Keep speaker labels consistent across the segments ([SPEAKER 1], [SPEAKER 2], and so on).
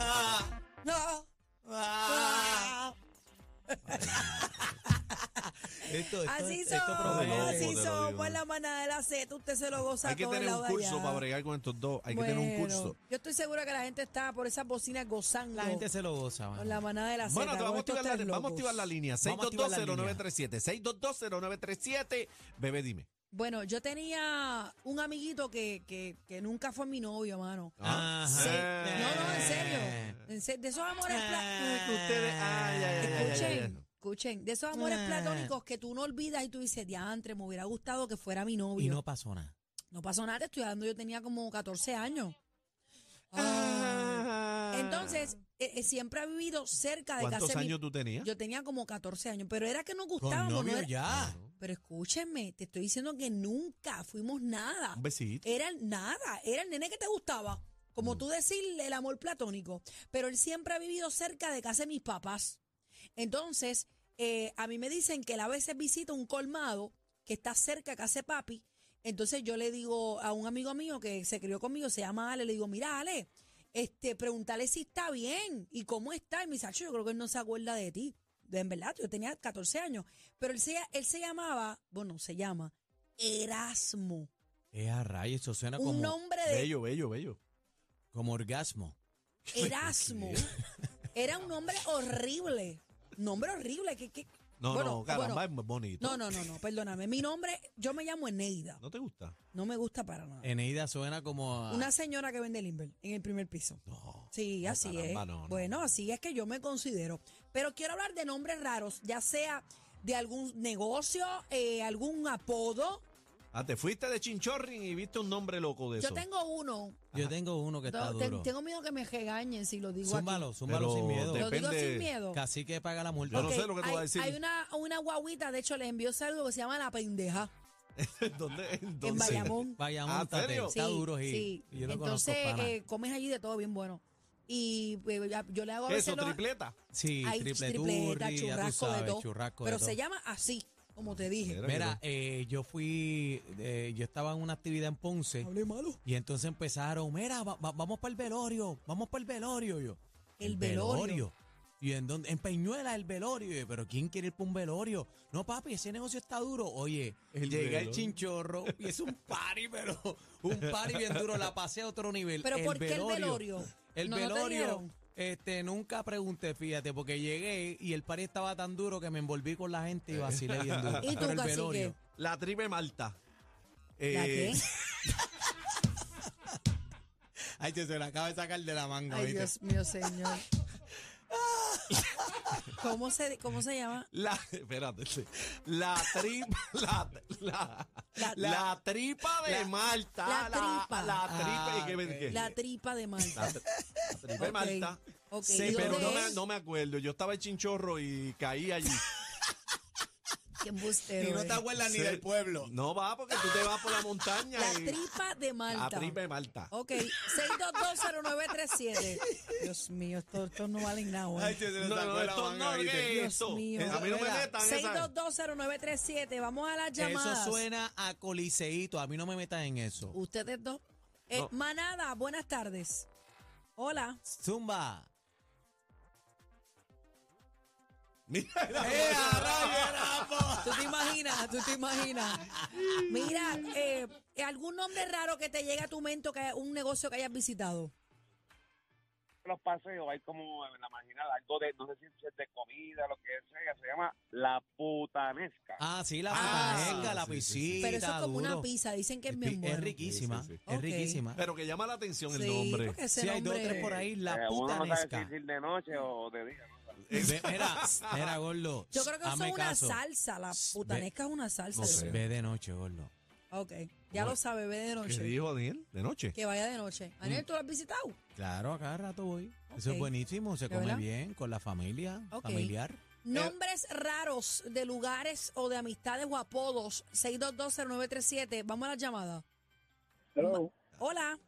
[SPEAKER 1] Ah. Esto, esto
[SPEAKER 2] Así
[SPEAKER 1] es- esto
[SPEAKER 2] somos,
[SPEAKER 1] promete,
[SPEAKER 2] así
[SPEAKER 1] te lo digo.
[SPEAKER 2] somos, la manada de la Z, usted se lo goza
[SPEAKER 1] Hay que
[SPEAKER 2] todo el
[SPEAKER 1] tener un
[SPEAKER 2] lado de
[SPEAKER 1] curso
[SPEAKER 2] allá.
[SPEAKER 1] para bregar con estos dos. Hay que tener un
[SPEAKER 2] Bueno,
[SPEAKER 1] curso.
[SPEAKER 2] Yo estoy segura que la gente está por esas bocinas gozando.
[SPEAKER 3] La gente se lo goza,
[SPEAKER 2] con
[SPEAKER 3] mano.
[SPEAKER 2] la manada de la Z.
[SPEAKER 1] Bueno, te
[SPEAKER 2] con
[SPEAKER 1] vamos, a
[SPEAKER 2] estos
[SPEAKER 1] activar la,
[SPEAKER 2] tres
[SPEAKER 1] vamos a
[SPEAKER 2] locos.
[SPEAKER 1] activar la línea.
[SPEAKER 3] Vamos a activar la
[SPEAKER 1] 6220937. 6220937. Bebé, dime.
[SPEAKER 2] Bueno, yo tenía un amiguito que, que, que nunca fue mi novio, mano.
[SPEAKER 1] Ah,
[SPEAKER 3] Ajá.
[SPEAKER 2] Sí.
[SPEAKER 1] Eh.
[SPEAKER 2] No, no, en serio. En se- de esos amores
[SPEAKER 3] Eh, que
[SPEAKER 2] platónicos.
[SPEAKER 3] ustedes-
[SPEAKER 2] Ah,
[SPEAKER 3] ay, ay, ay, ay,
[SPEAKER 2] Escuchen,
[SPEAKER 1] ay, ay.
[SPEAKER 2] escuchen. De esos amores
[SPEAKER 3] Eh.
[SPEAKER 2] platónicos que tú no olvidas y tú dices, diantre, me hubiera gustado que fuera mi novio.
[SPEAKER 3] Y no pasó nada.
[SPEAKER 2] No pasó nada, te estoy dando, yo tenía como 14 años. Ah. Entonces, eh, eh, siempre ha vivido cerca de
[SPEAKER 1] ¿Cuántos
[SPEAKER 2] casa de mi-
[SPEAKER 1] años tú tenías?
[SPEAKER 2] Yo tenía como 14 años, pero era que nos
[SPEAKER 3] Con
[SPEAKER 2] gustábamos. no
[SPEAKER 3] novio
[SPEAKER 2] era-
[SPEAKER 3] ya.
[SPEAKER 2] Pero escúchenme, te estoy diciendo que nunca fuimos nada.
[SPEAKER 1] Un besito.
[SPEAKER 2] Era el nada, era el nene que te gustaba. Como tú decirle el amor platónico. Pero él siempre ha vivido cerca de casa de mis papás. Entonces, eh, a mí me dicen que él a veces visita un colmado que está cerca de casa de papi. Entonces yo le digo a un amigo mío que se crió conmigo, se llama Ale, le digo, mira Ale, este, pregúntale si está bien y cómo está. Y me dice, "Acho, yo creo que él no se acuerda de ti. De, en verdad, yo tenía 14 años. Pero él se, él se llamaba, bueno, se llama Erasmo.
[SPEAKER 3] Es a rayo, eso suena
[SPEAKER 2] Un
[SPEAKER 3] como,
[SPEAKER 2] nombre de
[SPEAKER 1] Bello, bello, bello.
[SPEAKER 3] como orgasmo.
[SPEAKER 2] Erasmo. Era un nombre horrible. Nombre horrible. Que, que-
[SPEAKER 1] No,
[SPEAKER 2] Bueno,
[SPEAKER 1] no, caramba, es bonito.
[SPEAKER 2] No, no, no, no, perdóname. Mi nombre, yo me llamo Eneida.
[SPEAKER 1] ¿No te gusta?
[SPEAKER 2] No me gusta para nada.
[SPEAKER 3] Eneida suena como a-
[SPEAKER 2] Una señora que vende limber en el primer piso.
[SPEAKER 1] No.
[SPEAKER 2] Sí,
[SPEAKER 1] No,
[SPEAKER 2] así
[SPEAKER 1] caramba,
[SPEAKER 2] es.
[SPEAKER 1] no, no.
[SPEAKER 2] Bueno, así es que yo me considero. Pero quiero hablar de nombres raros, ya sea de algún negocio, eh, algún apodo.
[SPEAKER 1] Ah, te fuiste de Chinchorrin y viste un nombre loco de
[SPEAKER 2] Yo
[SPEAKER 1] eso.
[SPEAKER 2] tengo uno.
[SPEAKER 3] Yo tengo uno que está
[SPEAKER 2] Te-
[SPEAKER 3] duro.
[SPEAKER 2] Tengo miedo que me regañen si lo digo
[SPEAKER 3] Zúmbalo, zúmbalo
[SPEAKER 1] Pero
[SPEAKER 3] sin
[SPEAKER 2] aquí. Lo
[SPEAKER 3] miedo.
[SPEAKER 2] digo
[SPEAKER 1] Depende-
[SPEAKER 2] sin miedo.
[SPEAKER 3] Casi que paga la multa.
[SPEAKER 1] Yo no
[SPEAKER 2] Ok,
[SPEAKER 1] sé lo que tú
[SPEAKER 2] hay,
[SPEAKER 1] vas a decir.
[SPEAKER 2] Hay una, una guaguita, de hecho, les envió saludo que se llama La Pendeja
[SPEAKER 1] ¿Dónde?
[SPEAKER 2] en
[SPEAKER 1] Entonces,
[SPEAKER 2] Bayamón.
[SPEAKER 1] Ah,
[SPEAKER 3] Vaya,
[SPEAKER 1] ¿en
[SPEAKER 3] montate.
[SPEAKER 1] serio?
[SPEAKER 3] Oh, Está duro, Gil.
[SPEAKER 2] sí.
[SPEAKER 3] Y Yo lo
[SPEAKER 2] Entonces,
[SPEAKER 3] conozco, pana.
[SPEAKER 2] eh, comes allí de todo bien bueno. Y eh, ya- yo le hago a veces
[SPEAKER 1] Eso,
[SPEAKER 2] los-
[SPEAKER 1] tripleta.
[SPEAKER 3] sí,
[SPEAKER 2] hay
[SPEAKER 3] triple
[SPEAKER 2] tripleta,
[SPEAKER 3] turri, ya tú
[SPEAKER 2] churrasco de
[SPEAKER 3] sabes,
[SPEAKER 2] todo.
[SPEAKER 3] churrasco de
[SPEAKER 2] Pero
[SPEAKER 3] todo.
[SPEAKER 2] se llama así, como te dije.
[SPEAKER 3] Mira, eh, yo fui, eh, yo estaba en una actividad en Ponce
[SPEAKER 2] Hablé malo.
[SPEAKER 3] y entonces empezaron, mira, va- va- vamos para el velorio, vamos para el velorio. Yo,
[SPEAKER 2] El velorio.
[SPEAKER 3] ¿Y en dónde? En Peñuela, el velorio. Yo, Pero ¿quién quiere ir para un velorio? No, papi, ese negocio está duro. Oye,
[SPEAKER 1] El
[SPEAKER 3] llega
[SPEAKER 1] velorio.
[SPEAKER 3] el chinchorro y es un party, pero un party bien duro. La pasé a otro nivel.
[SPEAKER 2] Pero ¿por qué el velorio?
[SPEAKER 3] El
[SPEAKER 2] No, no te
[SPEAKER 3] velorio.
[SPEAKER 2] dijeron.
[SPEAKER 3] este, nunca pregunté, fíjate, porque llegué y el party estaba tan duro que me envolví con la gente y vacilé bien duro.
[SPEAKER 2] ¿Y tú,
[SPEAKER 3] Pero el
[SPEAKER 2] cacique?
[SPEAKER 3] velorio.
[SPEAKER 1] La tripe Malta.
[SPEAKER 2] ¿La
[SPEAKER 1] Eh,
[SPEAKER 2] qué?
[SPEAKER 3] Ay, se la acaba de sacar de la manga.
[SPEAKER 2] Ay,
[SPEAKER 3] ¿viste?
[SPEAKER 2] Dios mío, señor. ¿Cómo se, ¿Cómo se llama?
[SPEAKER 1] La, espérate, sí. la tripa, la, la,
[SPEAKER 2] La-
[SPEAKER 1] la, tripa de Malta,
[SPEAKER 2] la
[SPEAKER 1] la,
[SPEAKER 2] tripa.
[SPEAKER 1] la tripa,
[SPEAKER 3] Ah,
[SPEAKER 1] ¿y qué me-
[SPEAKER 3] ok.
[SPEAKER 1] qué?
[SPEAKER 2] La tripa de
[SPEAKER 1] La
[SPEAKER 3] Ah.
[SPEAKER 2] Malta.
[SPEAKER 1] tri- la tripa de
[SPEAKER 2] Ok,
[SPEAKER 1] Malta.
[SPEAKER 2] ok,
[SPEAKER 1] Sí,
[SPEAKER 2] ¿y
[SPEAKER 1] pero
[SPEAKER 2] dónde
[SPEAKER 1] no me,
[SPEAKER 2] es?
[SPEAKER 1] no me acuerdo, yo estaba en Chinchorro y caí allí.
[SPEAKER 2] Qué embustero,
[SPEAKER 3] Y no
[SPEAKER 2] eh.
[SPEAKER 3] te acuerdas ni
[SPEAKER 1] Sí.
[SPEAKER 3] del pueblo.
[SPEAKER 1] No va porque tú te vas por la montaña
[SPEAKER 2] La
[SPEAKER 1] y
[SPEAKER 2] tripa de
[SPEAKER 1] la
[SPEAKER 2] Malta.
[SPEAKER 1] tripa de Malta.
[SPEAKER 2] Ok, 6220937. Dios mío, estos esto no valen nada. hoy.
[SPEAKER 1] No, no, esto no es
[SPEAKER 2] Dios
[SPEAKER 1] esto.
[SPEAKER 2] mío.
[SPEAKER 1] A mí no me
[SPEAKER 3] Mira,
[SPEAKER 1] metan esa.
[SPEAKER 2] 6220937, vamos a las llamadas.
[SPEAKER 3] Eso suena a coliseíto. A mí no me metas en eso.
[SPEAKER 2] Ustedes dos. Eh,
[SPEAKER 1] No.
[SPEAKER 2] Manada, buenas tardes. Hola.
[SPEAKER 3] Zumba.
[SPEAKER 1] Mira, la-
[SPEAKER 2] ¿Tú te imaginas? ¿Tú te imaginas? Mira, eh, ¿algún nombre raro que te llegue a tu mente o que haya- un negocio que hayas visitado?
[SPEAKER 4] los paseos hay como en la marginal algo de no sé si es de comida lo que sea se llama la putanesca
[SPEAKER 3] Ah, sí, la
[SPEAKER 2] Ah,
[SPEAKER 3] putanesca,
[SPEAKER 1] sí,
[SPEAKER 3] la
[SPEAKER 1] sí, sí, sí.
[SPEAKER 3] piscina.
[SPEAKER 2] Pero eso es como
[SPEAKER 3] duro.
[SPEAKER 2] una pizza, dicen que es
[SPEAKER 3] Es,
[SPEAKER 2] bien
[SPEAKER 3] pi-
[SPEAKER 2] bueno.
[SPEAKER 3] es riquísima.
[SPEAKER 1] Sí, sí, sí.
[SPEAKER 3] Es
[SPEAKER 2] Ok.
[SPEAKER 3] riquísima.
[SPEAKER 1] pero que llama la atención el
[SPEAKER 2] Sí,
[SPEAKER 1] nombre.
[SPEAKER 2] porque ese
[SPEAKER 3] Sí, hay dos o
[SPEAKER 2] nombre-
[SPEAKER 3] tres por ahí. La
[SPEAKER 4] Eh, uno no sabe si
[SPEAKER 3] putanesca.
[SPEAKER 4] decir de noche o de día ¿no?
[SPEAKER 3] Ve- Mira, mira, gordo.
[SPEAKER 2] Yo creo que eso
[SPEAKER 3] hazme
[SPEAKER 2] es una
[SPEAKER 3] caso.
[SPEAKER 2] salsa. La putanesca es una salsa.
[SPEAKER 1] No
[SPEAKER 2] yo
[SPEAKER 1] sé.
[SPEAKER 2] creo.
[SPEAKER 3] Ve de noche, gordo.
[SPEAKER 2] Ok. Ya lo sabe, ve de
[SPEAKER 1] ¿Qué
[SPEAKER 2] noche.
[SPEAKER 1] dijo Daniel? ¿De noche?
[SPEAKER 2] Que vaya de noche.
[SPEAKER 3] Mm.
[SPEAKER 2] Daniel, ¿tú lo has visitado?
[SPEAKER 3] Claro, a cada rato voy. Eso
[SPEAKER 2] Ok.
[SPEAKER 3] es buenísimo, se
[SPEAKER 2] ¿De
[SPEAKER 3] come
[SPEAKER 2] verdad?
[SPEAKER 3] bien con la familia,
[SPEAKER 2] Ok.
[SPEAKER 3] familiar.
[SPEAKER 2] Nombres raros de lugares o de amistades o apodos. 6220937. Vamos a la llamada.
[SPEAKER 5] Hello.
[SPEAKER 2] Hola.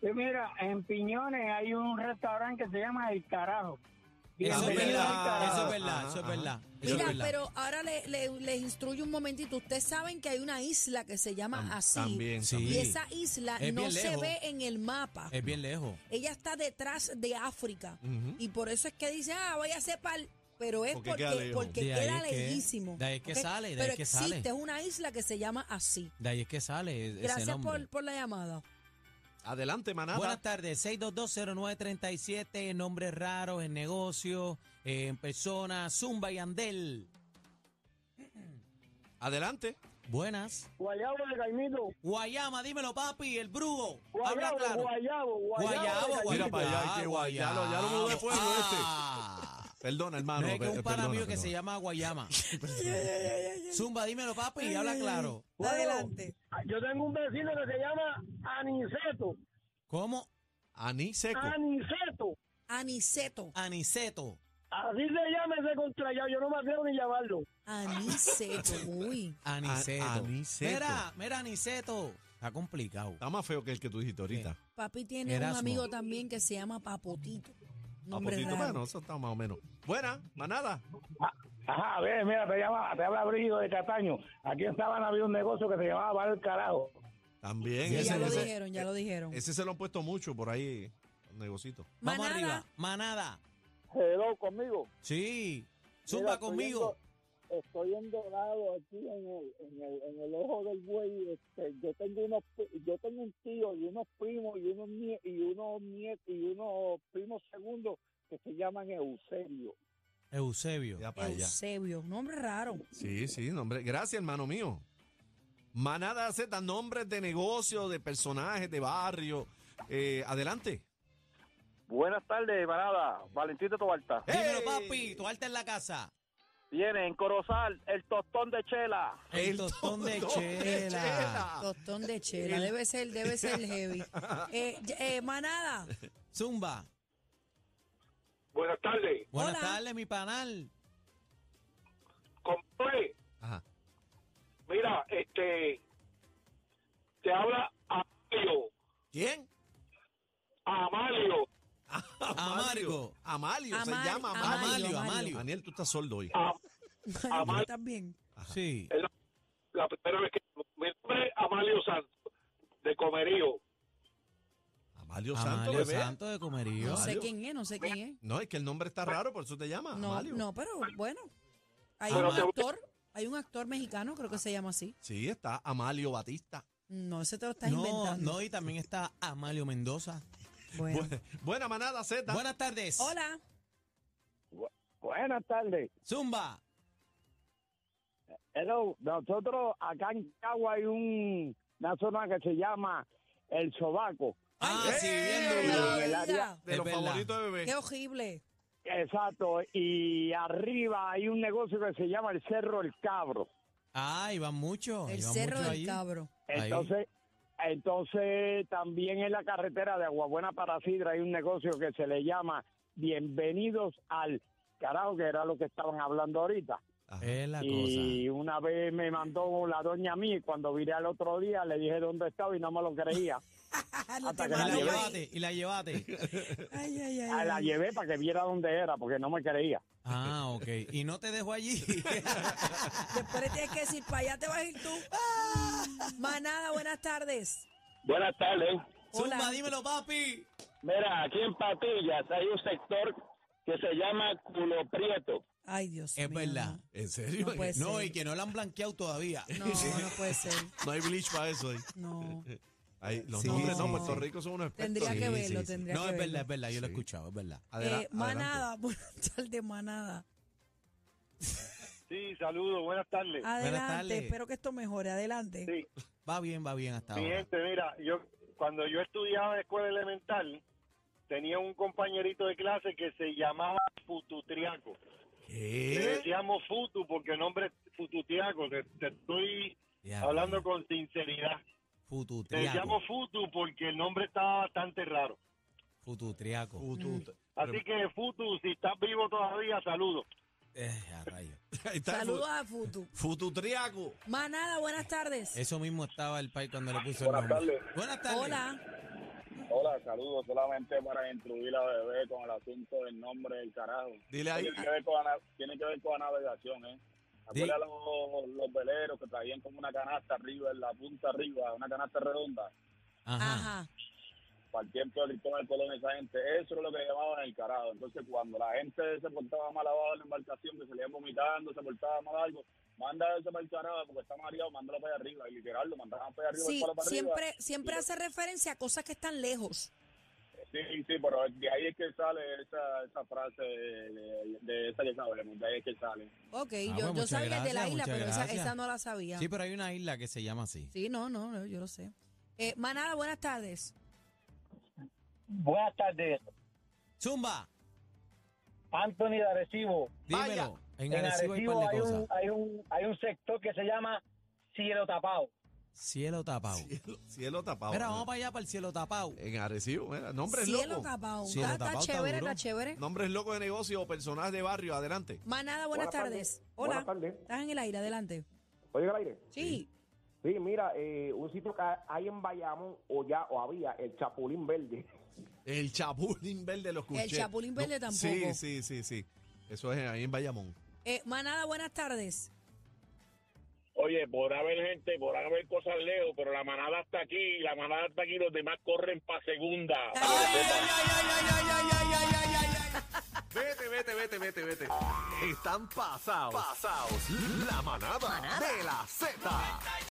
[SPEAKER 5] Sí, mira, en Piñones hay un restaurante que se llama El Carajo. Bien Ah,
[SPEAKER 3] Eso es
[SPEAKER 5] bueno, El
[SPEAKER 3] verdad,
[SPEAKER 5] Carajo.
[SPEAKER 3] eso es verdad,
[SPEAKER 1] Ajá,
[SPEAKER 3] eso es
[SPEAKER 1] ajá.
[SPEAKER 3] verdad. eso es
[SPEAKER 2] Mira,
[SPEAKER 3] verdad.
[SPEAKER 2] pero ahora le- le- les instruyo un momentito. Ustedes saben que hay una isla que se llama
[SPEAKER 1] Tam-
[SPEAKER 2] Ah, así.
[SPEAKER 1] También,
[SPEAKER 3] Sí.
[SPEAKER 2] Y
[SPEAKER 1] también.
[SPEAKER 2] esa isla
[SPEAKER 3] Es
[SPEAKER 2] no
[SPEAKER 3] bien
[SPEAKER 2] se
[SPEAKER 3] lejos.
[SPEAKER 2] ve en el mapa.
[SPEAKER 3] Es bien lejos.
[SPEAKER 2] Ella está detrás de África.
[SPEAKER 1] Ujú.
[SPEAKER 2] Y por eso es que dice, ah, voy a separ. Pero es
[SPEAKER 1] Porque
[SPEAKER 2] porque,
[SPEAKER 1] queda
[SPEAKER 2] porque,
[SPEAKER 1] lejos.
[SPEAKER 3] De ahí
[SPEAKER 2] queda
[SPEAKER 3] es que-
[SPEAKER 2] lejísimo.
[SPEAKER 3] de ahí es que
[SPEAKER 2] ¿ok?
[SPEAKER 3] sale, de ahí
[SPEAKER 2] Pero
[SPEAKER 3] es que
[SPEAKER 2] existe,
[SPEAKER 3] sale.
[SPEAKER 2] es una isla que se llama así.
[SPEAKER 3] De ahí es que sale e- ese
[SPEAKER 2] Gracias
[SPEAKER 3] nombre.
[SPEAKER 2] por, por la llamada.
[SPEAKER 1] Adelante, manada.
[SPEAKER 3] Buenas tardes, 6220937, nombres raros en negocios, eh, en personas, Zumba y Andel.
[SPEAKER 1] Adelante.
[SPEAKER 3] Buenas.
[SPEAKER 5] Guayabo de Caimito.
[SPEAKER 3] Guayama, dímelo papi, el brujo. Habla
[SPEAKER 5] Guayabo,
[SPEAKER 3] claro.
[SPEAKER 5] guayabo,
[SPEAKER 3] Guayabo,
[SPEAKER 5] guayabo. de
[SPEAKER 3] guayabo.
[SPEAKER 1] Mira
[SPEAKER 5] Caimito.
[SPEAKER 1] para allá, que guay- ya lo- ya lo mudé pues, fuego
[SPEAKER 3] Ah.
[SPEAKER 1] Perdona, hermano.
[SPEAKER 3] No, eh, es que
[SPEAKER 1] per-
[SPEAKER 3] un pana
[SPEAKER 1] perdona,
[SPEAKER 3] mío que
[SPEAKER 1] perdona.
[SPEAKER 3] se llama Guayama. Zumba, dímelo papi, y habla claro.
[SPEAKER 5] Bueno,
[SPEAKER 2] Adelante.
[SPEAKER 5] Yo tengo un vecino que se llama Aniceto.
[SPEAKER 3] ¿Cómo?
[SPEAKER 1] Aní Seco.
[SPEAKER 5] Aniceto.
[SPEAKER 2] Aniceto.
[SPEAKER 3] Aniceto.
[SPEAKER 5] Así se llama ese contrallado. Yo no me atrevo ni llamarlo.
[SPEAKER 2] Aniceto. Uy.
[SPEAKER 3] Aniceto.
[SPEAKER 1] A- Aniceto.
[SPEAKER 3] Mira, mira, Aniceto. Está complicado.
[SPEAKER 1] Está más feo que el que tú dijiste ahorita.
[SPEAKER 2] Papi tiene un
[SPEAKER 3] Erasmo.
[SPEAKER 2] amigo también que se llama Papotito. Nombre
[SPEAKER 1] Apostito,
[SPEAKER 2] raro.
[SPEAKER 1] bueno, eso está más o menos. Buena, manada.
[SPEAKER 5] Ajá, a ver, mira, te, llama, te habla Brígido de Cataño. Aquí en Sabana había un negocio que se llamaba Bar El Carajo.
[SPEAKER 1] También.
[SPEAKER 2] Sí,
[SPEAKER 1] ese,
[SPEAKER 2] ya lo
[SPEAKER 1] ese-
[SPEAKER 2] dijeron, ya lo dijeron.
[SPEAKER 1] ese se lo han puesto mucho por ahí, un negocito.
[SPEAKER 3] Vamos
[SPEAKER 2] Manada.
[SPEAKER 3] arriba. Manada.
[SPEAKER 5] Hello, conmigo.
[SPEAKER 3] Sí. Zumba conmigo.
[SPEAKER 5] estoy endorado aquí en el, en el, en el ojo del buey. Este, yo tengo unos, pri- yo tengo un tío y unos primos y unos nie- y unos nietos y unos primos segundos que se llaman Eusebio.
[SPEAKER 3] Eusebio.
[SPEAKER 1] Ya para allá.
[SPEAKER 2] Eusebio. Nombre raro.
[SPEAKER 1] Sí, sí, nombre. Gracias, hermano mío. Manada Z, nombres de negocio, de personajes, de barrio. Eh, adelante.
[SPEAKER 6] Buenas tardes, parada. Valentín de Tobalta.
[SPEAKER 3] Dímelo
[SPEAKER 1] ¡Ey!
[SPEAKER 3] papi, tu alta en la casa.
[SPEAKER 6] Viene en Corozal el tostón de chela.
[SPEAKER 3] El, tostón de
[SPEAKER 1] tostón de
[SPEAKER 3] chela.
[SPEAKER 1] Ah.
[SPEAKER 2] Tostón de chela. Debe ser, debe ser heavy. Eh, eh, manada.
[SPEAKER 3] Zumba.
[SPEAKER 7] Buenas tardes.
[SPEAKER 3] Buenas
[SPEAKER 2] Hola.
[SPEAKER 3] tardes, mi panal.
[SPEAKER 7] Compré.
[SPEAKER 1] Ajá.
[SPEAKER 7] Mira, este. Te habla Amalio.
[SPEAKER 1] ¿Quién?
[SPEAKER 7] Amalio.
[SPEAKER 3] Amargo.
[SPEAKER 1] Amalio,
[SPEAKER 2] Amar-
[SPEAKER 1] se llama Amalio.
[SPEAKER 2] Amalio,
[SPEAKER 3] Amalio,
[SPEAKER 2] Amalio.
[SPEAKER 1] Daniel, tú estás sordo hoy.
[SPEAKER 7] Am-
[SPEAKER 2] Yo también.
[SPEAKER 3] Sí.
[SPEAKER 7] es la, la primera vez que. Mi nombre es Amalio Santos, de Comerío.
[SPEAKER 1] Amalio Santo,
[SPEAKER 3] Amalio
[SPEAKER 1] bebé.
[SPEAKER 3] Santo de Comerío.
[SPEAKER 2] No sé
[SPEAKER 1] Amalio.
[SPEAKER 2] quién es, no sé quién es.
[SPEAKER 1] No, es que el nombre está raro, por eso te llama
[SPEAKER 2] No,
[SPEAKER 1] Amalio.
[SPEAKER 2] no, pero bueno. Hay
[SPEAKER 7] Pero
[SPEAKER 2] un
[SPEAKER 7] te-
[SPEAKER 2] actor, hay un actor mexicano, creo que se llama así.
[SPEAKER 1] Sí, está Amalio Batista.
[SPEAKER 2] No, ese te lo estás
[SPEAKER 3] No,
[SPEAKER 2] inventando.
[SPEAKER 3] no, y también está Amalio Mendoza.
[SPEAKER 2] Bueno.
[SPEAKER 1] Buena manada Z.
[SPEAKER 3] Buenas tardes.
[SPEAKER 2] Hola.
[SPEAKER 5] Buenas tardes.
[SPEAKER 3] Zumba.
[SPEAKER 5] Hello, nosotros acá en Cagua hay un, una zona que se llama El Sobaco.
[SPEAKER 3] Ah,
[SPEAKER 1] ¡Ey!
[SPEAKER 3] sí, bien
[SPEAKER 2] ¡Ay,
[SPEAKER 3] duro.
[SPEAKER 2] la
[SPEAKER 5] el área-
[SPEAKER 2] vida!
[SPEAKER 1] De
[SPEAKER 3] Es
[SPEAKER 1] los
[SPEAKER 3] verdad.
[SPEAKER 1] favoritos de bebé.
[SPEAKER 2] Qué horrible.
[SPEAKER 5] Exacto, y arriba hay un negocio que se llama el Cerro El Cabro.
[SPEAKER 3] Ah, iban mucho.
[SPEAKER 2] El
[SPEAKER 3] iban
[SPEAKER 2] cerro
[SPEAKER 3] mucho
[SPEAKER 2] del
[SPEAKER 3] allí.
[SPEAKER 2] cabro.
[SPEAKER 3] Ahí.
[SPEAKER 5] Entonces, entonces también en la carretera de Aguabuena para Sidra hay un negocio que se le llama Bienvenidos al carajo, que era lo que estaban hablando ahorita.
[SPEAKER 1] Ajá.
[SPEAKER 3] Es la cosa.
[SPEAKER 5] Y una vez me mandó la doña a mí, cuando vine al otro día le dije dónde estaba y no me lo creía.
[SPEAKER 2] No te
[SPEAKER 5] Hasta que
[SPEAKER 3] Y la
[SPEAKER 5] la
[SPEAKER 2] mandes.
[SPEAKER 5] llevé.
[SPEAKER 3] llevaste, y la llevaste.
[SPEAKER 2] Ay, ay, ay,
[SPEAKER 5] Ah, La
[SPEAKER 2] ay.
[SPEAKER 5] llevé para que viera dónde era, porque no me creía.
[SPEAKER 3] Ah, ok. Y no te dejó allí.
[SPEAKER 2] Después le tienes que decir, para allá te vas a ir tú.
[SPEAKER 3] Ah.
[SPEAKER 2] Manada, buenas tardes.
[SPEAKER 6] Buenas tardes.
[SPEAKER 2] Hola.
[SPEAKER 3] Zumba, dímelo, papi.
[SPEAKER 6] Mira, aquí en Patillas hay un sector que se llama Culo Prieto.
[SPEAKER 2] Ay, Dios
[SPEAKER 3] Es
[SPEAKER 2] mío.
[SPEAKER 3] verdad.
[SPEAKER 1] ¿En serio?
[SPEAKER 2] No puede
[SPEAKER 3] No,
[SPEAKER 2] ser.
[SPEAKER 3] y que no la han blanqueado todavía.
[SPEAKER 2] No, no puede ser.
[SPEAKER 1] No hay bleach para eso ahí.
[SPEAKER 2] No.
[SPEAKER 1] Ahí, los
[SPEAKER 3] Sí,
[SPEAKER 1] nombres, no,
[SPEAKER 2] sí,
[SPEAKER 1] Puerto
[SPEAKER 2] sí.
[SPEAKER 1] Rico son unos expertos.
[SPEAKER 2] Tendría que
[SPEAKER 1] Sí,
[SPEAKER 2] verlo,
[SPEAKER 1] sí, sí.
[SPEAKER 2] tendría
[SPEAKER 3] No,
[SPEAKER 2] que
[SPEAKER 3] es
[SPEAKER 2] verlo.
[SPEAKER 3] verdad, es verdad. Yo lo he
[SPEAKER 1] Sí.
[SPEAKER 3] escuchado, es verdad.
[SPEAKER 1] Adela-
[SPEAKER 2] Eh, manada, buenas tardes, manada.
[SPEAKER 6] Sí, saludos, buenas
[SPEAKER 2] Ah,
[SPEAKER 6] tardes.
[SPEAKER 2] Adelante,
[SPEAKER 3] tardes.
[SPEAKER 2] espero que esto mejore. Adelante.
[SPEAKER 6] Sí.
[SPEAKER 3] Va bien, va bien hasta
[SPEAKER 6] Mi
[SPEAKER 3] ahora.
[SPEAKER 6] gente, mira, yo cuando yo estudiaba en escuela elemental, tenía un compañerito de clase que se llamaba Fututriaco.
[SPEAKER 1] adelante. ¿Qué?
[SPEAKER 3] Eh,
[SPEAKER 6] Le decíamos Futu porque el nombre es Fututriaco. Te, te estoy
[SPEAKER 3] Ya,
[SPEAKER 6] hablando
[SPEAKER 3] mira,
[SPEAKER 6] con sinceridad. Le
[SPEAKER 3] Fututriaco.
[SPEAKER 6] llamo Futu porque el nombre está bastante raro.
[SPEAKER 3] Fututriaco.
[SPEAKER 1] Futu-
[SPEAKER 6] Así que Futu, si estás vivo todavía, saludos.
[SPEAKER 3] Eh, a rayos.
[SPEAKER 1] Ahí está,
[SPEAKER 2] Saludos a Futu.
[SPEAKER 1] fu- Fututriaco.
[SPEAKER 2] Más nada, buenas tardes.
[SPEAKER 3] Eso mismo estaba el país cuando le puso
[SPEAKER 4] Buenas
[SPEAKER 3] el nombre.
[SPEAKER 4] tardes.
[SPEAKER 3] Buenas tardes.
[SPEAKER 2] Hola.
[SPEAKER 4] Hola, saludos. Solamente para instruir a bebé con el asunto del nombre del carajo.
[SPEAKER 1] Dile ahí.
[SPEAKER 4] Tiene que ver con, la- tiene que ver con la navegación, ¿eh?
[SPEAKER 3] Di-
[SPEAKER 4] Acuérdate los, los veleros que traían como una canasta arriba, en la punta arriba, una canasta redonda,
[SPEAKER 3] Ajá.
[SPEAKER 2] Ajá.
[SPEAKER 4] para el tiempo de Cristóbal Colón, esa gente. Eso es lo que llamaban el carajo. Entonces, cuando la gente se portaba mal abajo en la embarcación, que se le iban vomitando, se portaba mal algo, manda eso para el carajo porque está mareado, mándalo para allá arriba. Y literal, lo mandaban para allá arriba, el
[SPEAKER 2] Sí,
[SPEAKER 4] palo para arriba.
[SPEAKER 2] siempre, siempre hace referencia a cosas que están lejos.
[SPEAKER 4] Sí, sí, pero de ahí es que sale esa, esa frase de, de esa que sabemos, de ahí es que sale.
[SPEAKER 2] Ok,
[SPEAKER 3] Ah,
[SPEAKER 2] yo,
[SPEAKER 3] bueno,
[SPEAKER 2] yo
[SPEAKER 3] muchas
[SPEAKER 2] sabía de la isla,
[SPEAKER 3] gracias, muchas
[SPEAKER 2] pero esa,
[SPEAKER 3] gracias.
[SPEAKER 2] esa no la sabía.
[SPEAKER 3] Sí, pero hay una isla que se llama así.
[SPEAKER 2] Sí, no, no, no, yo lo sé. Eh, Manada, buenas tardes.
[SPEAKER 5] Buenas tardes.
[SPEAKER 3] Zumba,
[SPEAKER 5] Anthony de Arecibo.
[SPEAKER 3] dímelo. En
[SPEAKER 5] En
[SPEAKER 3] Arecibo hay un
[SPEAKER 5] Arecibo
[SPEAKER 3] par de
[SPEAKER 5] hay un,
[SPEAKER 3] cosas.
[SPEAKER 5] hay, un, hay un sector que se llama Cielo Tapado.
[SPEAKER 3] Cielo tapado.
[SPEAKER 1] Cielo, cielo tapado.
[SPEAKER 3] Mira, vamos para allá, para el cielo tapado.
[SPEAKER 1] En Arecibo, mira, nombres
[SPEAKER 2] Cielo
[SPEAKER 1] locos.
[SPEAKER 2] tapado.
[SPEAKER 3] Cielo
[SPEAKER 2] Está- está
[SPEAKER 3] tapado, está
[SPEAKER 2] chévere,
[SPEAKER 3] duro.
[SPEAKER 2] está chévere.
[SPEAKER 1] Nombres locos de negocio o personajes de barrio, adelante.
[SPEAKER 2] Manada, buenas, tardes. Hola.
[SPEAKER 8] Buenas tardes.
[SPEAKER 2] Estás en el aire, adelante.
[SPEAKER 8] Oye, el aire.
[SPEAKER 2] Sí.
[SPEAKER 8] Sí, mira, eh, un sitio que hay en Bayamón, o ya, o había, el Chapulín Verde.
[SPEAKER 1] El Chapulín Verde lo escuché.
[SPEAKER 2] El Chapulín Verde tampoco.
[SPEAKER 1] Sí, sí, sí, sí. Eso es ahí en Bayamón.
[SPEAKER 2] Eh, manada, buenas tardes.
[SPEAKER 7] Oye, podrá haber gente, podrá haber cosas lejos, pero la manada está aquí, la manada está aquí, los demás corren para segunda.
[SPEAKER 9] Vete, vete, vete, vete, vete. Están pasados. Pasados. La manada, de la Z.